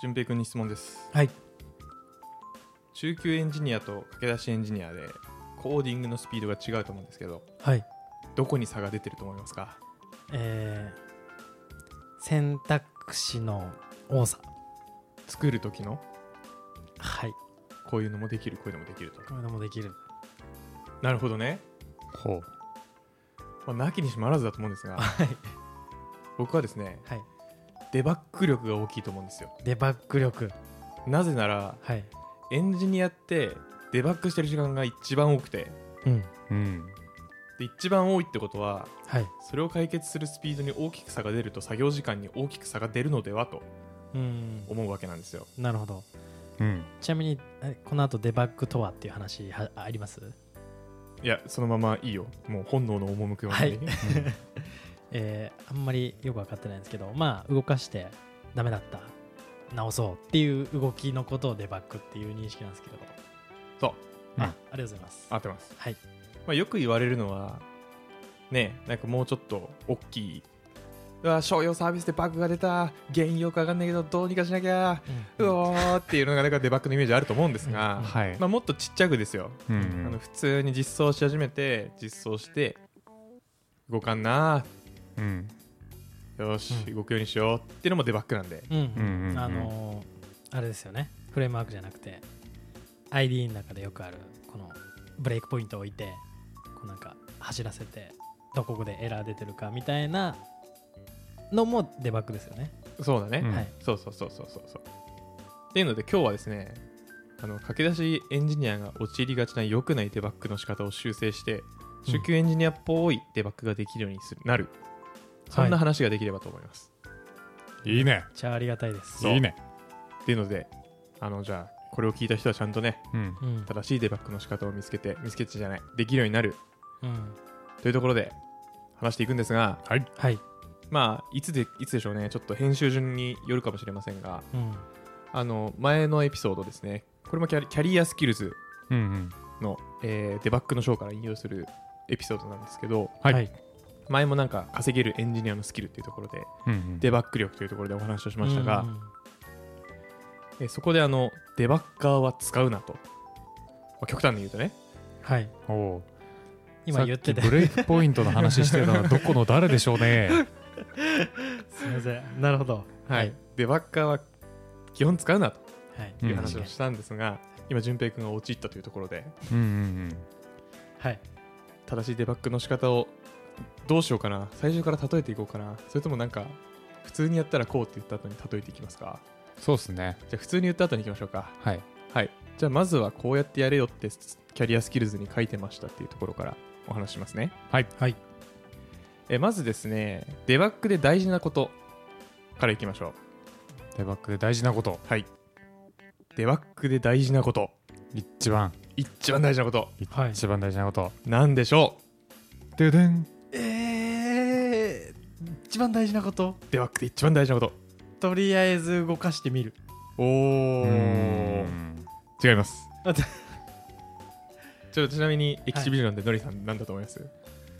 淳平君に質問ですはい中級エンジニアと駆け出しエンジニアでコーディングのスピードが違うと思うんですけどはいどこに差が出てると思いますかえー、選択肢の多さ作る時のはいこういうのもできるこういうのもできるとこういうのもできるなるほどねほまあなきにしもあらずだと思うんですがはい僕はですねはいデバッグ力が大きいと思うんですよデバッグ力なぜならはいエンジニアってデバッグしてる時間が一番多くてうんう。うん。で一番多いってことははいそれを解決するスピードに大きく差が出ると作業時間に大きく差が出るのではとうん思うわけなんですよなるほどうん。ちなみにえこの後デバッグとはっていう話はありますいやそのままいいよもう本能の赴くように、はいえーあんまりよく分かってないんですけどまあ動かしてダメだった直そうっていう動きのことをデバッグっていう認識なんですけれどそううんあありがとうございます合ってます、はいまあ、よく言われるのはねなんかもうちょっと大きいうわ商用サービスでバグが出た原因よくわかんないけどどうにかしなきゃううんおーっていうのがなんかデバッグのイメージあると思うんですが、はい。まあ、もっとちっちゃくですよ、あうのん。普通に実装し始めて実装して動かんなうん。ーよし、うん動くようにしようっていうのもデバッグなんでうんうんうんうんあのーあれですよねフレームワークじゃなくて ID の中でよくあるこのブレイクポイントを置いてこうなんか走らせてどこでエラー出てるかみたいなのもデバッグですよね、そうだね、うんはいそうそうそうそうそうそう。っていうので今日はですねあの駆け出しエンジニアが陥りがちな良くないデバッグの仕方を修正してうん中級エンジニアっぽいデバッグができるようにするなるそんな話ができればと思います。いいね。じゃあありがたいですそういいね。っていうのであのじゃあこれを聞いた人はちゃんとねうん。うん正しいデバッグの仕方を見つけて見つけてじゃないできるようになるうんというところで話していくんですがはい。はい、まあいつでいつでしょうねちょっと編集順によるかもしれませんがうん、あの前のエピソードですねこれもキャリキャリアスキルズうんうん。の、えーデバッグの章から引用するエピソードなんですけどはいはい前もなんか稼げるエンジニアのスキルっていうところでうんうん。デバッグ力というところでお話をしましたが、うんうんえーそこであのデバッカーは使うなと、まあ極端に言うとねはいおお。今言っててさきブレイクポイントの話してたのはどこの誰でしょうね。すいませんなるほどはい、はいデバッカーは基本使うなとはいうんいう話をしたんですが、今淳平君が陥ったというところで うんうんはい正しいデバッグの仕方をどうしようかな最初から例えていこうかなそれともなんか普通にやったらこうって言った後に例えていきますかうん。そうっすね。じゃあ普通に言った後にいきましょうかはい。はい、じゃあまずはこうやってやれよってキャリアスキルズに書いてましたっていうところからお話しますねはい。はいえまずですねデバッグで大事なことからいきましょうデバッグで大事なこと。はいデバッグで大事なこと一番。一番大事なことはい一番大事なこと。なんでしょででん。えー、一番大事なことうデバッグで一番大事なこととりあえず動かしてみるおおお違いますあてちょっとちなみにエキシビジョンでノリさんなんだと思います、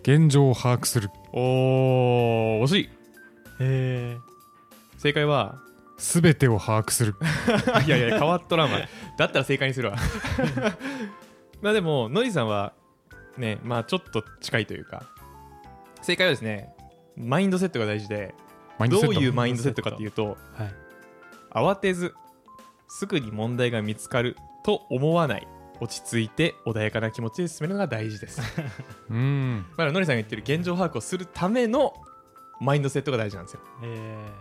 現状を把握する。おお惜しい え正解はすべてを把握する。 いやいや変わっとらんわだったら正解にするわ まあでもノリさんはねまあちょっと近いというか正解はですねマインドセットが大事でマインドセどッうトいうマインドセットかっていうとー、はい慌てずすぐに問題が見つかると思わない落ち着いて穏やかな気持ちで進めるのが大事 ですうん。まあノリさんが言ってる現状把握をするためのマインドセットが大事なんですよえ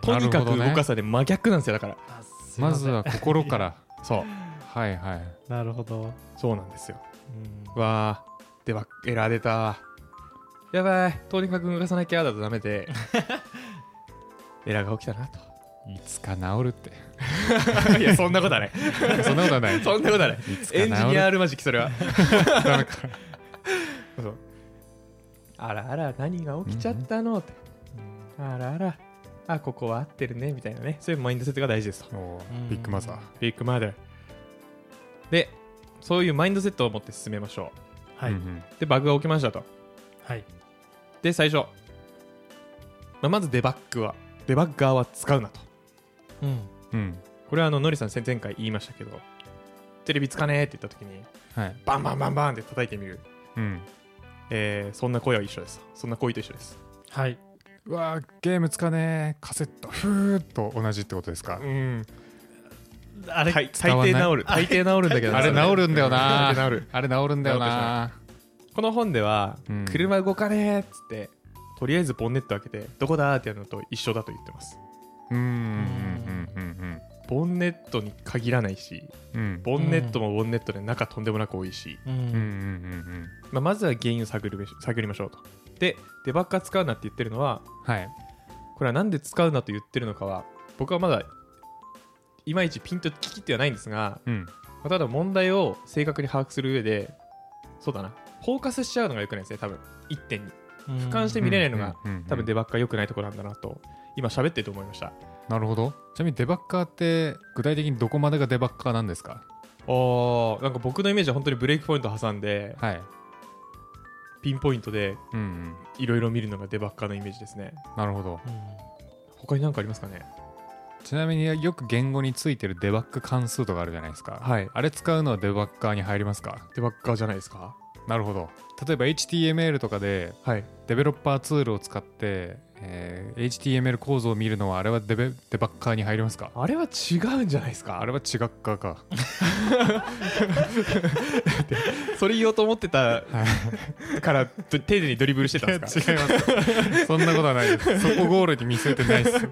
ー、とにかなるくほどね動かさで真逆なんですよだからあすいまませずんは心 から。そうはいはい。なるほど、そうなんですようんわあではエラー出たやばいとにかく動かさなきゃだとダメ でエラーが起きたなといつか治るって。いやそんなことはないそんなことはな い。そんなことはないいつかエンジニア治ある。るまじきそ れはそうあらあら何が起きちゃったのって、あらあらあここは合ってるねみたいなねそういうマインドセットが大事ですとおーうんビッグマザー。ビッグマダーでそういうマインドセットを持って進めましょはい、うんうんうでバグが起きましたとはいで最初、まあまずデバッグはデバッガーは使うなとうんうんこれはあのノリさん前回言いましたけどテレビつかねえって言った時にはい。バンバンバンバンって叩いてみる、うん。えーそんな声は一緒ですそんな恋と一緒ですはい。うわーゲームつかねーカセットふーっと同じってことですかうんあれ、はい大伝わんない抵治る大抵治るんだけどなあれそ治るんだよなうん大抵治るあれ治るんだよなこの本では、うん車動かねえっつってとりあえずボンネット開けてどこだーってやるのと一緒だと言ってますうんうんうんうんボンネットに限らないしうんうんボンネットもボンネットで中とんでもなく多いし、ううんうんん。うんうんまあ、まずは原因を探るべし探りましょうとでデバッカー使うなって言ってるのははいこれはなんで使うなと言ってるのかは僕はまだいまいちピンと聞き切ってはないんですが、うんまあただ問題を正確に把握する上でそうだなフォーカスしちゃうのが良くないですね多分一点に俯俯瞰して見れないのがうんうんうんうん多分デバッカー良くないところなんだなと今喋ってて思いましたなるほどちなみにデバッカーって具体的にどこまでがデバッカーなんですかあなんか僕のイメージは本当にブレイクポイント挟んではいピンポイントでうんうんいろいろ見るのがデバッカーのイメージですねなるほど他に何かありますかねちなみによく言語についてるデバッグ関数とかあるじゃないですかはいあれ使うのはデバッカーに入りますかデバッカーじゃないですかなるほど例えば HTML とかではいデベロッパーツールを使って、えー HTML 構造を見るのはあれはデベデバッカーに入りますかあれは違うんじゃないですかあれは違っ かかそれ言おうと思ってたからと丁寧にドリブルしてたんですかいます そんなことはないですそこゴールに見据えてないです はい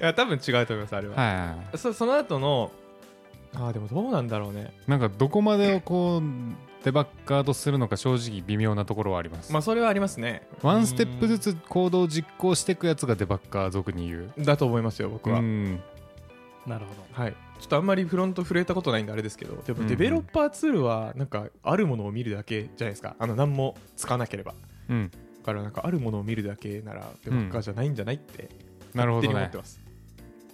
いや多分違うと思いますあれは、はそその後のああでもどうなんだろうねいなんかどこまでをこうデバッカーとするのか正直微妙なところはあります、まあそれはありますねワンステップずつ行動を実行していくやつがデバッカー族に言うだと思いますよ僕は、うんなるほど。はいちょっとあんまりフロント触れたことないんであれですけどでうんうもんデベロッパーツールはなんかあるものを見るだけじゃないですかあの何も使わなければうんだからなんかあるものを見るだけならデバッカーじゃないんじゃないってなるほ勝手どに思っねてます、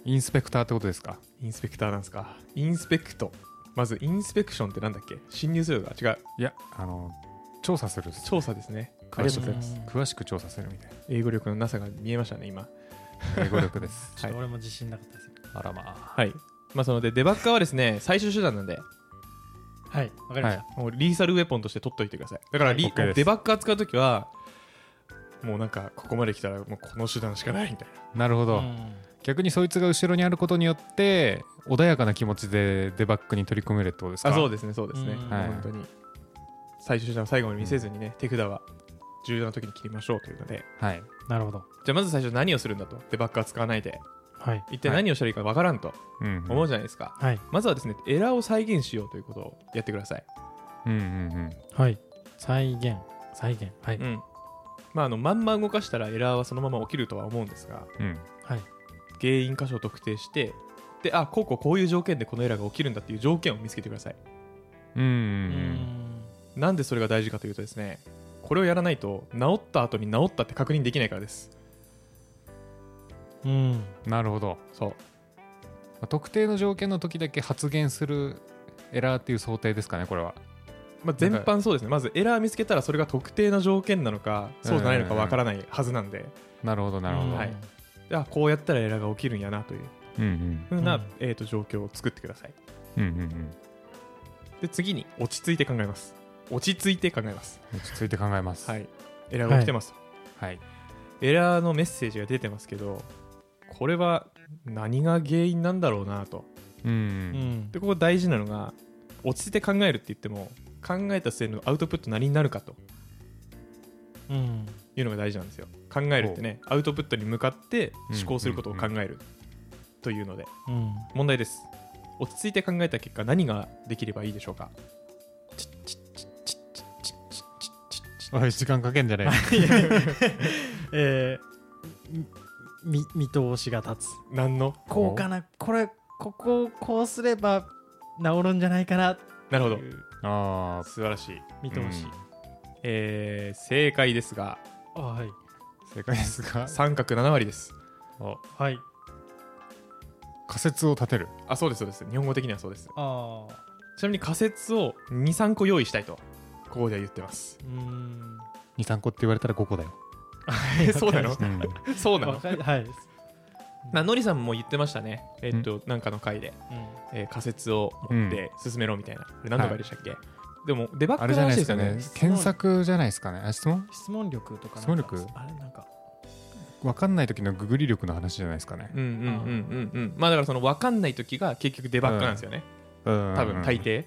インスペクターってことですかインスペクターなんですかインスペクトまずインスペクションってなんだっけ侵入するが違ういやあの調査するっす調査ですねあ詳りしがとうくございます詳しく調査するみたい英語力のなさが見えましたね今な英語力ですちょっと俺も自信なかったですよ。あらまはいまあそのでデバッカーはですね最終手段なんではい、 わかりました。もうリーサルウェポンとして取っといてくださいだからリ、はい OK ですデバッカー使う時はもうなんかここまで来たらもうこの手段しかないみたいなあなるほど、うん逆にそいつが後ろにあることによって穏やかな気持ちでデバッグに取り組めるってことですかあそうでですねそうですねうんはい本当に最終手段を最後まで見せずにね、手札は重要な時に切りましょうというのではいうんなるほど。じゃあまず最初何をするんだとデバッカー使わないではい。一体何をしたらいいかわからんとうん思うじゃないですか、はい。まずはですねエラーを再現しようということをやってください、うんうんはい。再現。再現。はい。うんまあ、あのまんま動かしたらエラーはそのまま起きるとは思うんですがうんうんはい。原因箇所を特定してであこうこうこういう条件でこのエラーが起きるんだっていう条件を見つけてくださいうんううんん。なんでそれが大事かというとですねこれをやらないと治った後に治ったって確認できないからですうん。うんなるほどそうまあ特定の条件の時だけ発言するエラーっていう想定ですかねこれはまあ、全般そうですねまずエラー見つけたらそれが特定の条件なのかそうじゃないのかわからないはずなんでなるほどなるほど、うんはいであこうやったらエラーが起きるんやなといううんうんふうな、うんえー、と状況を作ってくださいうんうんうんで次に落ち着いて考えます落ち着いて考えます落ち着いて考えますはいエラーが起きてますと、はいエラーのメッセージが出てますけどこれは何が原因なんだろうなとうんううんん。でここ大事なのが落ち着いて考えるって言っても考えた末のアウトプット何になるかとうん。いうのが大事なんですよ考えるってねアウトプットに向かって思考することを考えるというのでうん。問題です落ち着いて考えた結果何ができればいいでしょうかおい時間かけんじゃないえー、み見通しが立つ。何のこうかな、これ、ここをこうすれば治るんじゃないかな。なるほど ああ素晴らしい、見通し。えー正解ですがあはい。正解ですが三角7割ですはい。仮説を立てるあそうですそうです日本語的にはそうですああ。ちなみに仮説を23個用意したいとここでは言ってます うーん。 23個って言われたら5個だよ、そうなのうんそうなわのかりはい。まあ、のりさんも言ってましたね、えっと、なんかの回で、えー仮説を持って進めろみたいな、あれ何の回でしたっけ、でも、デバあッれグじのゃない話でですすよかねね。検索じゃないですかねあ質問質問力とかなんか質問力あれなんかわかんない時のググり力の話じゃないですかねうんうんうんうんうん。まあ、だから、その分かんない時が結局デバッグなんですよね、多多分大抵。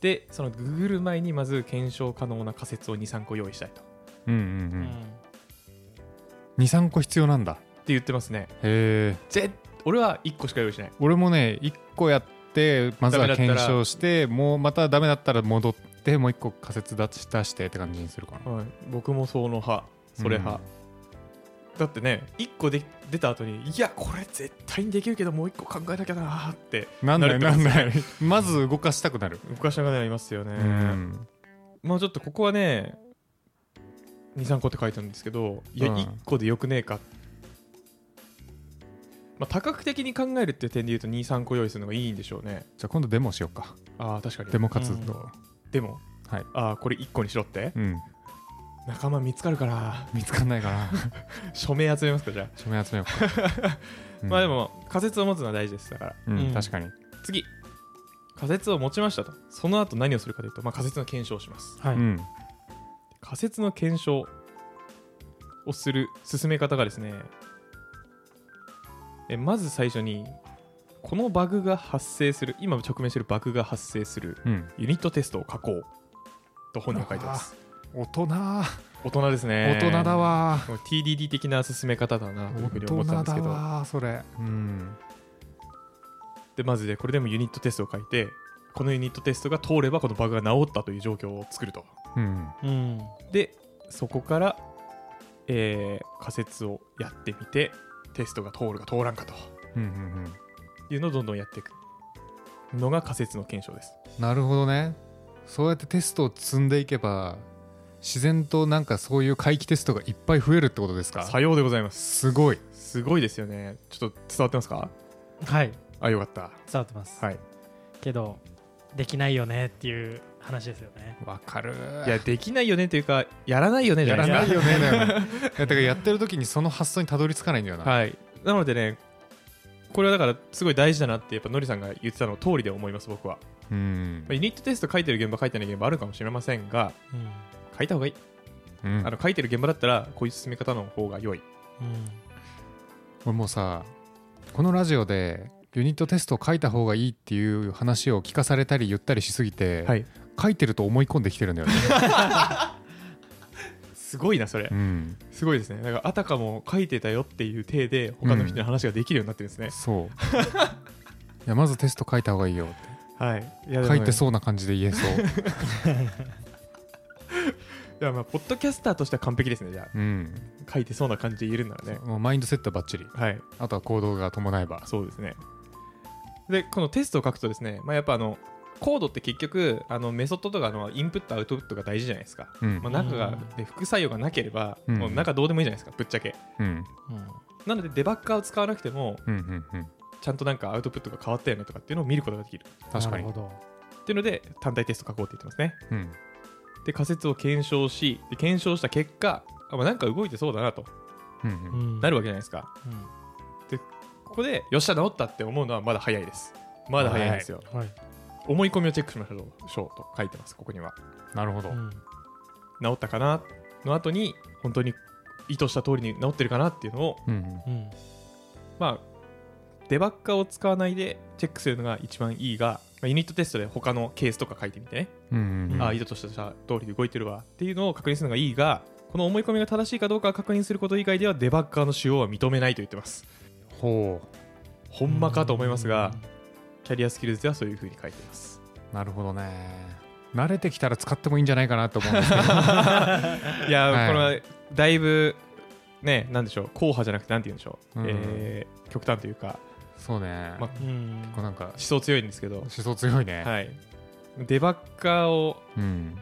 で、そのググる前にまず検証可能な仮説を2、3個用意したいと。っうんううんんうん23個必要なんだて言ってますね。へえぜ俺は1個しか用意しない。俺もね1個やってまずは検証してもうまたダメだったら戻ってもう1個仮説出し出してって感じにするかなはい、僕もその派、それ派。だってね、1個で出た後に、いや、これ絶対にできるけど、もう1個考えなきゃなーって、うんなんない慣れてまなすんないまず動かしたくなる動かしなくなりますよね。うんまあちょっとここはね23個って書いてあるんですけどいやうん1個でよくねえか、まあ、多角的に考えるっていう点で言うと23個用意するのがいいんでしょうねじゃあ今度デモしようかああ確かにデモ活動でもはいああこれ1個にしろってうん仲間見つかるから見つかんない かな署名集めますかじゃあ、署名集めようか うんまあでも仮説を持つのは大事ですだからうんうん確かに次仮説を持ちましたとその後何をするかというと、まあ、仮説の検証をしますはういん仮説の検証をする進め方がですねえまず最初にこのバグが発生する今直面しているバグが発生するうんユニットテストを書こうと本には書いてます大人大人ですね大人だわもう TDD 的な進め方だなというふう大に思ってた人んですだけどわそれうんでまずでこれでもユニットテストを書いてこのユニットテストが通ればこのバグが治ったという状況を作るとうんうんでそこから、えー仮説をやってみてテストが通るか通らんかとうんうんうんいうのをどんどんやっていくのが仮説の検証ですなるほどねそうやってテストを積んでいけば自然となんかそういう回帰テストがいっぱい増えるってことですかさようでございますすごいすごいですよねちょっと伝わってますかはいあよかった伝わってますはいけどできないよねっていう話ですよねわかるいやできないよねというかやらないよねじゃやないらですかないよねだよねい やだからやってる時にその発想にたどり着かないんだよな、はいなのでねこれはだからすごい大事だなってやっぱのりさんが言ってたの通りで思います僕はうんまあユニットテスト書いてる現場書いてない現場あるかもしれませんがうん書いた方がいい、うんあの書いてる現場だったらこういう進め方の方が良いうん俺もうさこのラジオでユニットテストを書いた方がいいっていう話を聞かされたり言ったりしすぎて、はい書いてると思い込んできてる んだよね、すごいなそれうん、すごいですねだからあたかも書いてたよっていう体で他の人の話ができるようになってるんですね、そういやまずテスト書いた方がいいよはいいやでも書ねいてそうな感じで言えそういやまあポッドキャスターとしては完璧ですねじゃうん、あ書いてそうな感じで言えるんならねマインドセットばっちりはいあとは行動が伴えばそうですねでこのテストを書くとですね、まあ、やっぱあのコードって結局あのメソッドとかのインプットアウトプットが大事じゃないですか、うんまあ、中うがんで副作用がなければ、うんもう中どうでもいいじゃないですかぶっちゃけうんうんなのでデバッカーを使わなくてもうんうんうんちゃんとなんかアウトプットが変わったよねとかっていうのを見ることができる確かなるにほどっていうので単体テスト書こうって言ってますねうんで仮説を検証しで検証した結果あまあなんか動いてそうだなとううんんなるわけじゃないですかうんここでよっしゃ治ったって思うのはまだ早いですまだ早いんですよ、はい思い込みをチェックしましょうしょうと書いてますここにはなるほどうん治ったかなの後に本当に意図した通りに治ってるかなっていうのをうんうんまあデバッカーを使わないでチェックするのが一番いいが、まあユニットテストで他のケースとか書いてみてね、うんうんうんああ意図とした通りで動いてるわっていうのを確認するのがいいがこの思い込みが正しいかどうかを確認すること以外ではデバッカーの使用は認めないと言ってますほほんまかと思いますがキャリアスキルズではそういうふうに書いてますうなるほどね慣れてきたら使ってもいいんじゃないかなと思うんですけどいや、はいこれはだいぶねなんでしょう硬派じゃなくてなんて言うんでしょう、うんえー極端というかそうねまあうんうんこうなんか思想強いんですけど思、想強いね、はい、デバッカーをうん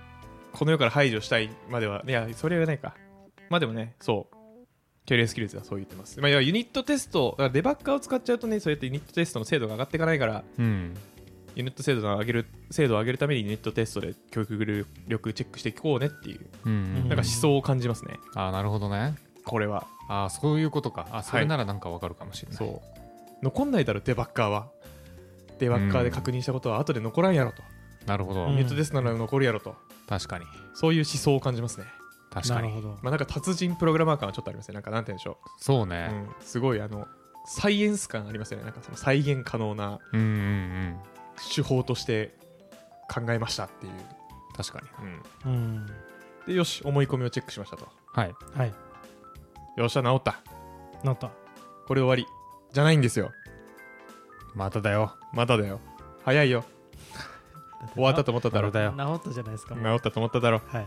この世から排除したいまではいやそれはないかまあでもねそうキャリアスキルズはそう言ってます、まあ、要はユニットテストだからデバッカーを使っちゃうとねそうやってユニットテストの精度が上がっていかないからうんユニット精度を上げる精度を上げるためにユニットテストで教育力チェックしていこうねっていううんなんか思想を感じますね、ああなるほどねこれはああそういうことかあそれならなんかわかるかもしれない、そう残んないだろデバッカーはデバッカーで確認したことは後で残らんやろと、なるほど、うんネットですなら残るやろと確かにそういう思想を感じますね確なかるにほどまあなんか達人プログラマー感はちょっとありますねなんかなんて言うんでしょそうう、ね、うん、すごいあのサイエンス感ありますよねなんかその再現可能なうん、うんうん手法として考えましたっていう、確かにうんうんでよし思い込みをチェックしましたとはいはいよっしゃ治ったなったこれで終わりじゃないんですよまただよまただよ早い よ終わったと思っただろまただよ治ったじゃないですか治もうったと思っただろはい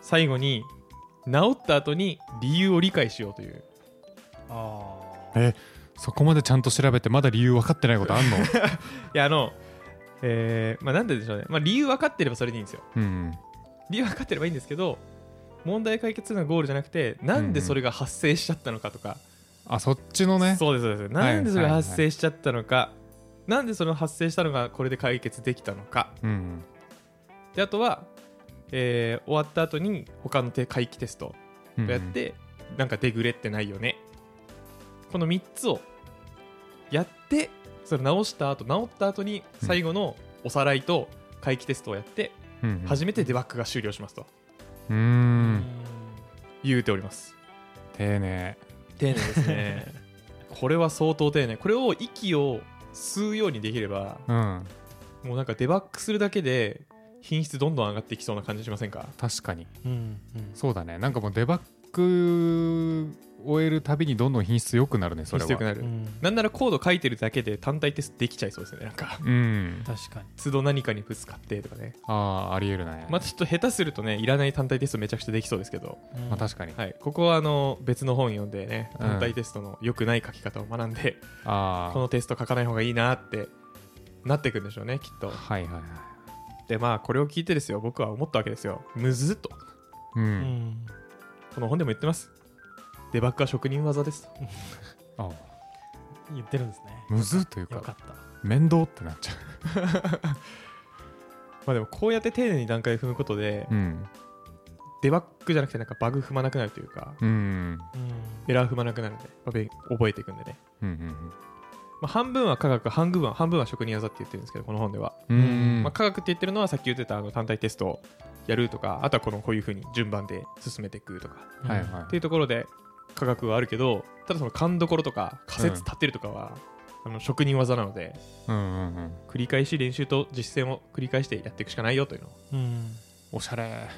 最後に治った後に理由を理解しようというあえそこまでちゃんと調べてまだ理由分かってないことあんのいやあのえーまあなんででしょうね、まあ、理由分かってればそれでいいんですようんうん理由分かってればいいんですけど問題解決するのがゴールじゃなくてなんでそれが発生しちゃったのかとか、あそっちのねそうですそうですはいなんでそれが発生しちゃったのか、なんでその発生したのがこれで解決できたのかうんであとは、えー終わった後に他の手回帰テストうんうんをやって、なんかデグレってないよねこの3つをやってそれ直した後直った後にうん最後のおさらいと回帰テストをやって、うんうん初めてデバッグが終了しますとううーん言うております丁寧丁寧ですねこれは相当丁寧これを息を吸うようにできればうんもうなんかデバッグするだけで品質どんどん上がってきそうな感じしませんか確かにうんそうだねなんかもうデバッグ終えるたびにどんどん品質良くなるねそ品れ質良くはなうる、んなんならコード書いてるだけで単体テストできちゃいそうですよねなんかうん確かに都度何かにぶつかってとかねああありえるねまあちょっと下手するとねいらない単体テストめちゃくちゃできそうですけど、まあ確かにはい、ここはあの別の本読んでねうん単体テストの良くない書き方を学んで、あこのテスト書かない方がいいなってなってくんでしょうねきっあとはいはいはいでまあこれを聞いてですよ僕は思ったわけですよむずっとううんんこの本でも言ってますデバッグは職人技ですと あ言ってるんですねむずっというよかかった面倒ってなっちゃまあでもこうやって丁寧に段階踏むことで、ううんデバッグじゃなくてなんかバグ踏まなくなるというか、うんうんエラー踏まなくなるんで、まあべん覚えていくんでね、うんうんまあ、半分は科学半分は半分は職人技って言ってるんですけどこの本では、うんうんまあ、科学って言ってるのはさっき言ってたあの単体テストをやるとかあとはこのこういうふうに順番で進めていくとかはいっはていうところで科学はあるけどただその勘どころとか仮説立てるとかは、あの職人技なのでいうんうんうん繰り返し練習と実践を繰り返してやっていくしかないよというのをうんおしゃれ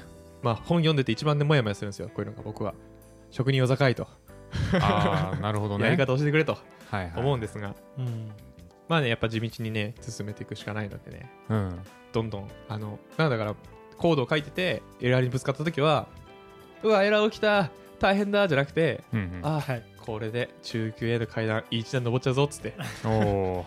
まあ本読んでて一番ねモヤモヤするんですよこういうのが僕は職人技かいとああなるほどね やり方教えてくれとはいはい思うんですが、うんまあねやっぱ地道にね進めていくしかないのでねうんどんどんあのなんだからコードを書いててエラーにぶつかった時はうわエラー起きた大変だじゃなくて、うんうんあはいこれで中級への階段一段登っちゃうぞっつって、お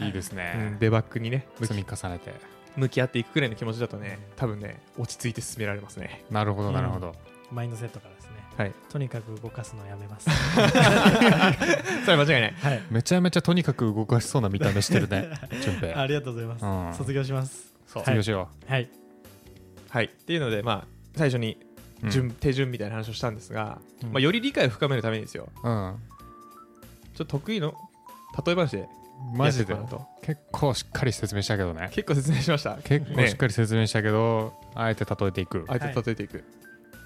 ーいいですうんねデバッグにね向積きみ重ねて向き合っていくくらいの気持ちだとね多分ね落ち着いて進められます ねなるほどなるほどマインドセットからですねはいとにかく動かすのやめますそれ間違いないはいめちゃめちゃとにかく動かしそうな見た目して るね順平ありがとうございます、うん卒業しますそう卒業しよはいはいっていうのでまあ最初にううん順、手順みたいな話をしたんですが、うんまあ、より理解を深めるためにですようんちょっと得意の例え話でマジでやっていこうかな結構しっかり説明したけどねと結構説明しました結構しっかり説明したけど、あえて例えていく、あえて例えていく、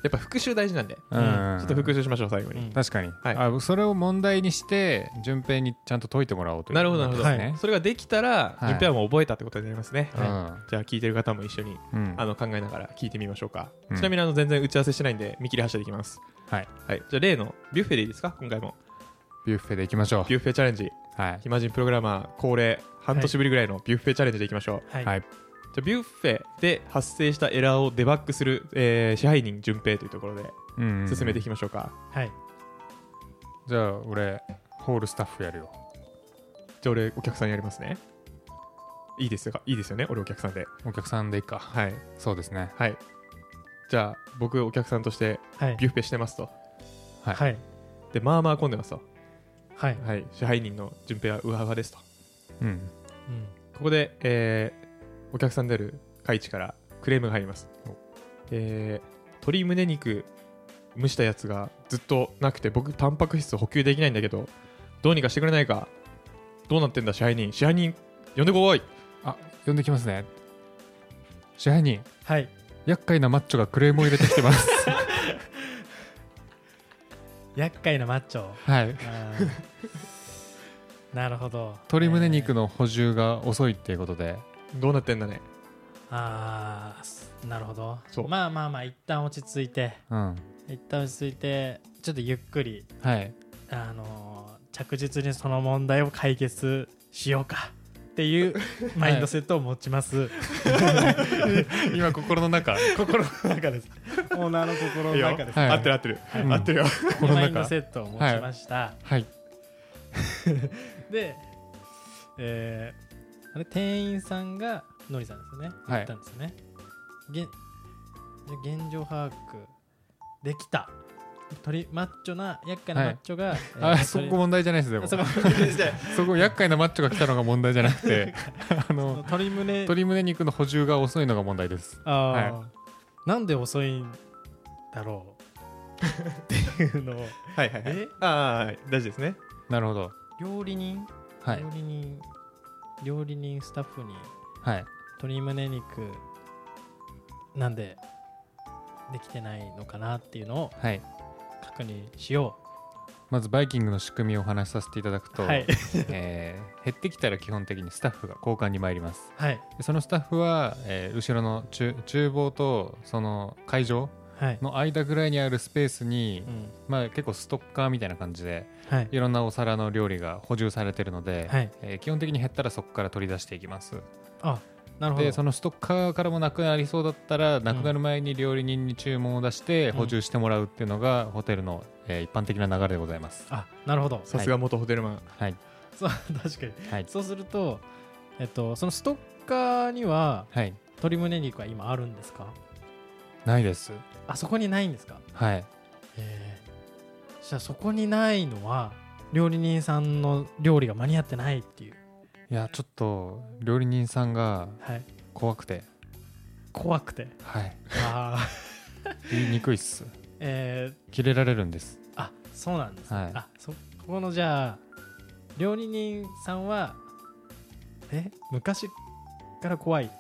やっぱ復習大事なんでちうんょっと復習しましょう最後に、うん確かに、はいあそれを問題にして順平にちゃんと解いてもらおうというなるほどなるほどことですねそれができたら、はい順平はもう覚えたってことになりますね、はじゃあ聞いてる方も一緒にい、うんうんあの考えながら聞いてみましょうか、うんちなみにあの全然打ち合わせしてないんで見切り発車できますはい、はい、じゃあ例のビュッフェでいいですか今回もビュッフェでいきましょビュッフェチャレンジうはい暇人プログラマー恒例半年ぶりぐらいのビュッフェチャレンジでいきましょう、はい、はいじゃあビュッフェで発生したエラーをデバッグする、えー支配人順平というところでうんうんうん進めていきましょうか、はいじゃあ俺ホールスタッフやるよじゃあ俺お客さんやりますねいいですよいいですよね俺お客さんでお客さんでいいかはいそうですねはいじゃあ僕お客さんとしてはいビュッフェしてますとはいはいでまあまあ混んでますとはい、はい支配人の順平はウハウハですとうんうんここで、えーお客さんであるカイチからクレームが入りますお。えー鶏胸肉蒸したやつがずっとなくて僕タンパク質補給できないんだけどどうにかしてくれないかどうなってんだ支配人支配人呼んでこいあ呼んできますね支配人はい厄介なマッチョがクレームを入れてきてます厄介なマッチョはいあーなるほど鶏胸肉の、の補充が遅いっていうことで、どうなってんだねえーあーすなるほどそうまあまあまあ一旦落ち着いてうん一旦落ち着いてちょっとゆっくりはいあのー着実にその問題を解決しようかっていうマインドセットを持ちます、今心の中心の中ですオーナーの心の中ですいいよ合ってる合ってる、はい合ってるよ心のマインド中セットを持ちました、はいで、えーあれ店員さんがのりさんですよねはい言ったんですよね、げんじゃあ現状把握できた鳥マッチョな厄介なはマいッチョが、えーあそこ問題じゃないですで鳥 もそこそこ厄介なマッチョが来たのが問題じゃなく てあの鳥胸鶏胸肉の補充が遅いのが問題ですあー、なんで遅いんだろうっていう のをはいはいはいえあーはい大事ですねなるほど料理人、はい料理人料理人スタッフにはい鶏胸肉なんでできてないのかなっていうのをはい確認しよまずバイキングの仕組みをお話しさせていただくうと、はいえー減ってきたら基本的にスタッフが交換に参りますはいでそのスタッフは、えー後ろの厨厨房とその会場はいの間ぐらいにあるスペースに、うんまあ、結構ストッカーみたいな感じではいいろんなお皿の料理が補充されてるので、はいえー基本的に減ったらそこから取り出していきますあなるほどでそのストッカーからもなくなりそうだったらなくなる前に料理人に注文を出してん補充してもらうっていうのがホテルの、えー一般的な流れでございますあなるほどさすが元ホテルマン、はいそう 確かにはいそうするとえっとそのストッカーにははい鶏胸肉は今あるんですかないですあそこにないんですかはいええじゃあそこにないのは料理人さんの料理が間に合ってないっていういやちょっと料理人さんがはい怖くて怖くてはいああ言いにくいっす えー、切れられるんですあそうなんですね、はいあそここのじゃあ料理人さんはえ昔から怖い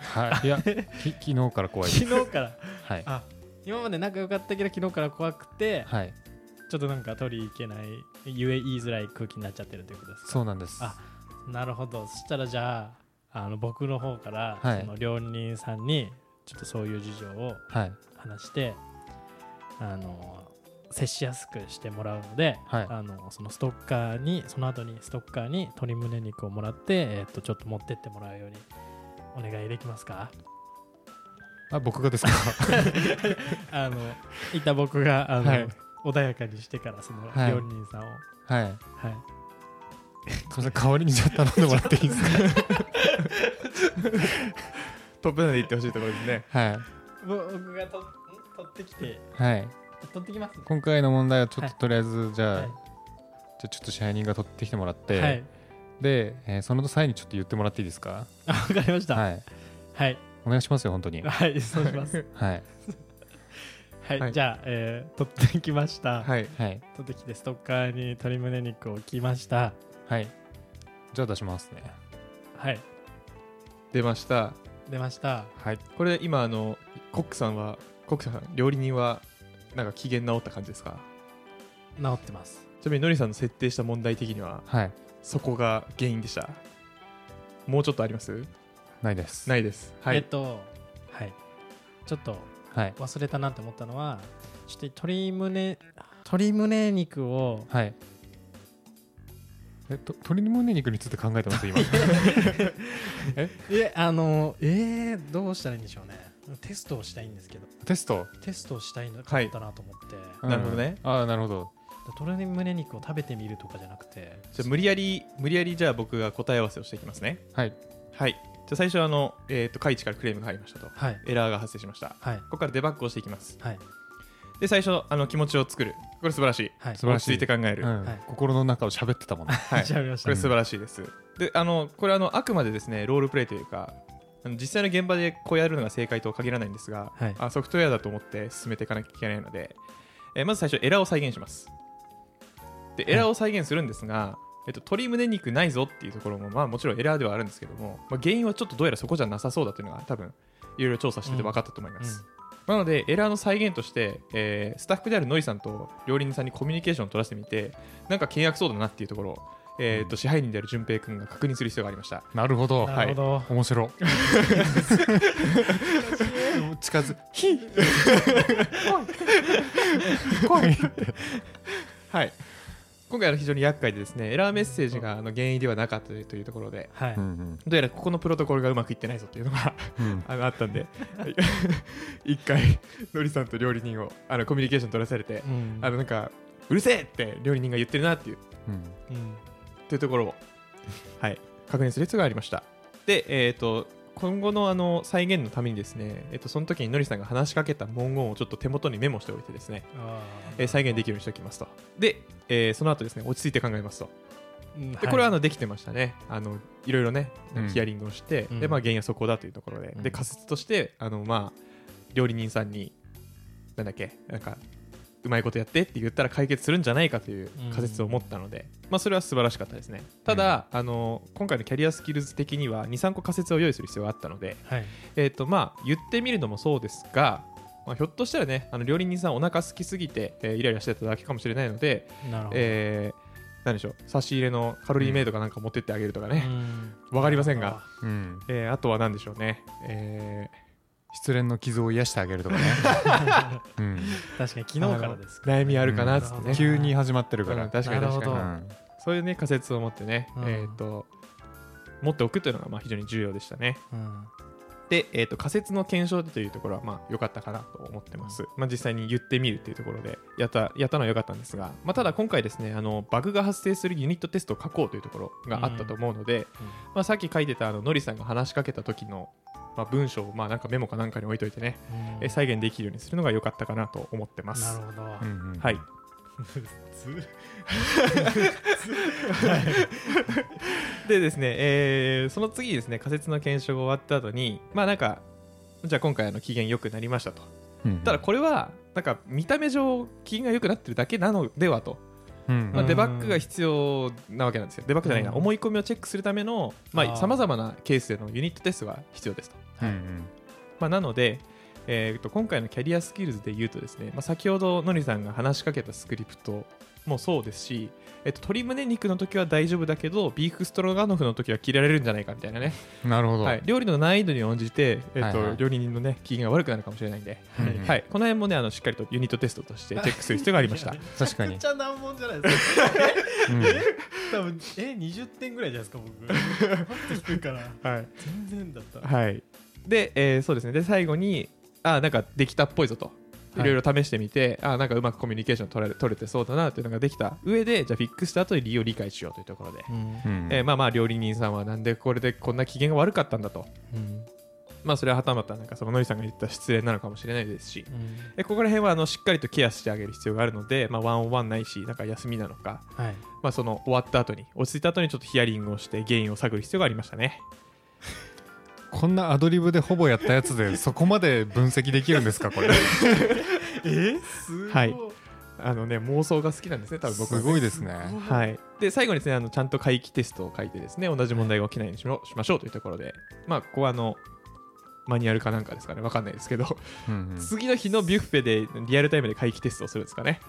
はいいやき昨日から怖いです昨日 からはいあ今まで仲良かったけど昨日から怖くてはいちょっとなんか取り行けないゆえ言いづらい空気になっちゃってるということですかそうなんですあなるほどそしたらじゃああの僕の方から、はいその料理人さんにちょっとそういう事情をはい話してあの接しやすくしてもらうので、はいあのそのストッカーにその後にストッカーに鶏胸肉をもらって、えっとちょっと持ってってもらうようにお願いできますかあ僕がですか あ のいた僕があの、はい穏やかにしてからそのはい料理人さんを、はいはいすみません代わりにじゃあ頼んでもらっていいですかトップまで行ってほしいところです ねはいぼ僕がとん取ってきてはい取ってきますね今回の問題はちょっはいととりあえずじゃあ、はいじゃあちょっと支配人が取ってきてもらって、はいで、えーその際にちょっと言ってもらっていいですかあわかりましたはいはいはい、お願いしますよ本当にそうし ますはいはい、はいじゃあ、えー取ってきました、はいはい取ってきてストッカーに鶏胸肉を置きましたはいじゃあ出しますねはい出ました出ましたはいこれ今あのコックさんはコックさん料理人はなんか機嫌直った感じですか治ってますちなみにのりさんの設定した問題的にははいそこが原因でしたもうちょっとありますないですないですはえっいとはいちょっとはい忘れたなって思ったのはちょっと鶏胸鶏胸肉をはいえと鶏の胸肉について考えてます 今えあのえー、どうしたらいいんでしょうねテストをしたいんですけどテストテストをしたいのかったなと思って、なるほどねうんああなるほど鶏胸肉を食べてみるとかじゃなくてじゃあ無理やり無理やりじゃあ僕が答え合わせをしていきますねはいはいじゃあ最初はあのえっ、とカイチからクレームが入りましたとはいエラーが発生しましたはいここからデバッグをしていきますはいで最初あの気持ちを作るこれ素晴らしいはい素晴らしい落ち着いて考える、うんはい心の中を喋ってたもんねはい喋りましこたれ素晴らしいです、であのこれあのあくまでですねロールプレイというかあの実際の現場でこうやるのが正解とは限らないんですが、はいあソフトウェアだと思って進めていかなきゃいけないので、えーまず最初エラーを再現しますでエラーを再現するんですが、えっと、鶏胸肉ないぞっていうところも、まあ、もちろんエラーではあるんですけども、まあ、原因はちょっとどうやらそこじゃなさそうだというのが多分いろいろ調査してて分かったと思います、なのでエラーの再現として、えースタッフであるノイさんと料理人さんにコミュニケーションを取らせてみてなんか契約そうだなっていうところを、えーと支配人である淳平君が確認する必要がありましたなるほど なるほど、面白 近づひ怖いはい今回は非常に厄介でですねエラーメッセージがあの原因ではなかったというというところではいうんどうやらここのプロトコルがうまくいってないぞというの がうんうんあのあったんではい 一回ノリさんと料理人をあのコミュニケーション取らされてうんあのなんかうるせえって料理人が言ってるなっていううんうんというところを、はい、確認する必要がありました。で、えー、と今後のあの再現のためにですね、えー、とその時にのりさんが話しかけた文言をちょっと手元にメモしておいてですね、あーえー再現できるようにしておきますと。で、えーその後ですね、落ち着いて考えますと。うんで、これはあのできてましたね。あのいろいろねうん、ヒアリングをして、うんで、まあ、原因はそこだというところで、うんで、仮説として、あのまあ、料理人さんに、なんだっけ、なんか、うまいことやってって言ったら解決するんじゃないかという仮説を持ったので、まあ、それは素晴らしかったですね。ただ、あの今回のキャリアスキルズ的には、2、3個仮説を用意する必要があったので、はいえっ、と、まあ、言ってみるのもそうですが、まあ、ひょっとしたらね、あの料理人さん、お腹空きすぎて、えーイライラしてただけかもしれないので、なるほど、えー、何でしょう差し入れのカロリーメイトかなんか持ってってあげるとかうね、んわかりませんがうんえーあとは何でしょうね、え失恋の傷を癒してあげる とかね、うん、確かに昨ー日からですあの悩みあるかなっつっうんてね、なるほど急に始まってるかうらん、確かになるほ確どかに、うんそういうね仮説を持ってね、うんえーと持っておくというのがまあ非常に重要でしたねうんで、えー、と仮説の検証というところはまあ良かったかなと思ってます、まあ、実際に言ってみるというところでやったやったのは良かったんですが、まあ、ただ今回ですねあのバグが発生するユニットテストを書こうというところがあったと思うので、まあ、さっき書いてたあののりさんが話しかけた時の、まあ、文章をまあなんかメモかなんかに置いといてね、うんえ再現できるようにするのが良かったかなと思ってまなする。ほど、うんうんはい、 でですね、えーその次ですね仮説の検証が終わった後にまあなんかじゃあ今回あの機嫌良くなりましたとうんただこれはなんか見た目上機嫌が良くなってるだけなのではと、うんまあ、うんデバッグが必要なわけなんですよデバッグじゃないな、うん思い込みをチェックするためのあーさまざ、まなケースでのユニットテストが必要ですとうんうんまあ、なので、えー、と今回のキャリアスキルズで言うとですね、まあ、先ほどのりさんが話しかけたスクリプトもそうですし、えっと鶏胸肉の時は大丈夫だけどビーフストロガノフの時は切られるんじゃないかみたいなね、なるほど、はい、料理の難易度に応じて、えっとはいはい料理人の、ね、機嫌が悪くなるかもしれないんで、うんうんはい、この辺もねあのしっかりとユニットテストとしてチェックする必要がありま した。確かめに っ、ちゃ難問じゃないですかうん多分え20点ぐらいじゃないですか僕もっと低いからはい全然だったはい、で、えーそうですねで最後にあなんかできたっぽいぞと。はいいろいろ試してみて、あなんかうまくコミュニケーション取れ取れてそうだなというのができた上でじゃあフィックスした後に理由を理解しようというところで、うんうんえーまあまあ料理人さんはなんでこれでこんな機嫌が悪かったんだとうんまあそれははたまたなんかそののりさんが言った失礼なのかもしれないですし、えーここら辺はあのしっかりとケアしてあげる必要があるので、まあ、ワンオンワンないしなんか休みなのか、はいまあ、その終わった後に落ち着いた後にちょっとヒアリングをして原因を探る必要がありましたね。こんなアドリブでほぼやったやつでそこまで分析できるんです かこれえすごいはいあのね妄想が好きなんですね多分僕はすごいですねはい、で最後にですねあのちゃんと回帰テストを書いてですね同じ問題が起きないようにしろしましょうというところでまあここはあのマニュアルかなんかですかねわかんないですけど、 うんうん次の日のビュッフェでリアルタイムで回帰テストをするんですかね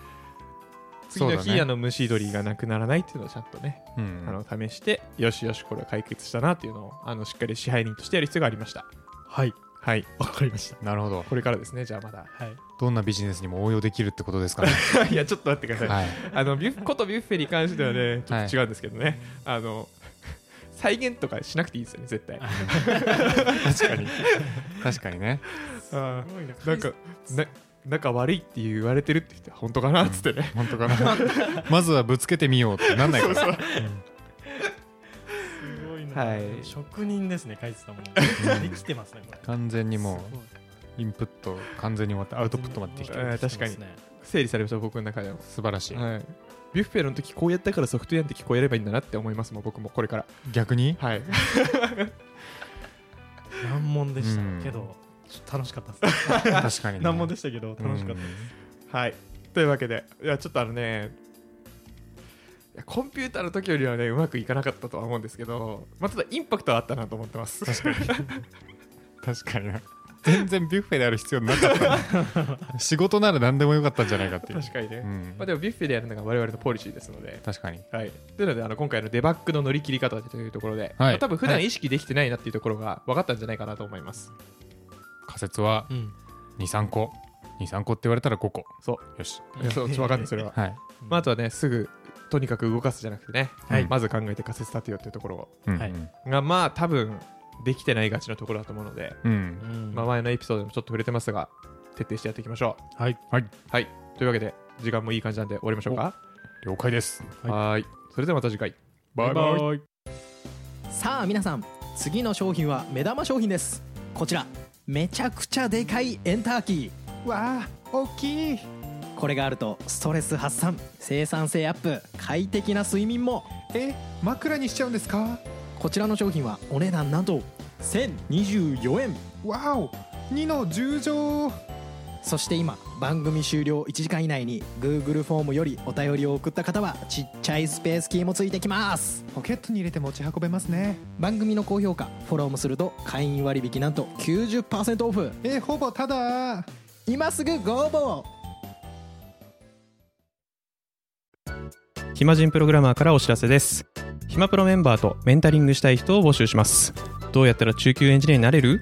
次のそう日、だねあの虫取りがなくならないっていうのをちゃんとね、うんあの試してよしよしこれは解決したなっていうのをあのしっかり支配人としてやる必要がありましたはいはいわかりました。なるほどこれからですねじゃあまだはい。どんなビジネスにも応用できるってことですかね いやちょっと待ってください、はいあのビュッことビュッフェに関してはねちょっと違うんですけどね、あの再現とかしなくていいですよね絶対確かに 確かにねあーなんかな仲悪いって言われてるって人は本当かなっつってね、本当か なまずはぶつけてみようってなんないからすごいなはい職人ですね、カイツさんも。できてますね、これ。完全にもすごいうインプット完全に終わってアウトプットまでできてるえー確かにできてますね整理されました僕の中でも、素晴らしいはい、ビュッフェの時こうやったからソフトウェアの時こうやればいいんだなって思いますもん僕もこれから 逆にはい難問でしたうんけど、ちょっと楽しかったですね。確かにね難問でしたけど、楽しかったです。はいというわけでいやちょっとあのねいやコンピューターの時よりはねうまくいかなかったとは思うんですけど、まあ、ただインパクトはあったなと思ってます確かにな全然ビュッフェである必要なかったね仕事なら何でもよかったんじゃないかってい う確かにね、うんまあ、でもビュッフェでやるのが我々のポリシーですので、確かにはい、というのであの今回のデバッグの乗り切り方というところで、はいまあ多分普段意識できてないなっていうところが分かったんじゃないかなと思います、仮説はうん。 23個23個って言われたら5個そうよしいやそう分かんないそれは、はい まあ、あとはねすぐとにかく動かすじゃなくてね、はいまず考えて仮説立てようっていうところうんはいがまあ多分できてないがちなところだと思うので、うんまあ、前のエピソードでもちょっと触れてますが徹底してやっていきましょうはい。はいはいというわけで時間もいい感じなんで終わりましょうか了解ですおはーいそれではまた次回バイバイイさあ皆さん次の商品は目玉商品ですこちらめちゃくちゃでかいエンターキーわあ大きいこれがあるとストレス発散生産性アップ快適な睡眠もえ枕にしちゃうんですかこちらの商品はお値段なんと1024円わお2の10乗そして今番組終了1時間以内に Google フォームよりお便りを送った方はちっちゃいスペースキーもついてきますポケットに入れて持ち運べますね番組の高評価フォローもすると会員割引なんと90%オフえほぼただ今すぐご応募暇人プログラマーからお知らせです暇プロメンバーとメンタリングしたい人を募集しますどうやったら中級エンジニアになれる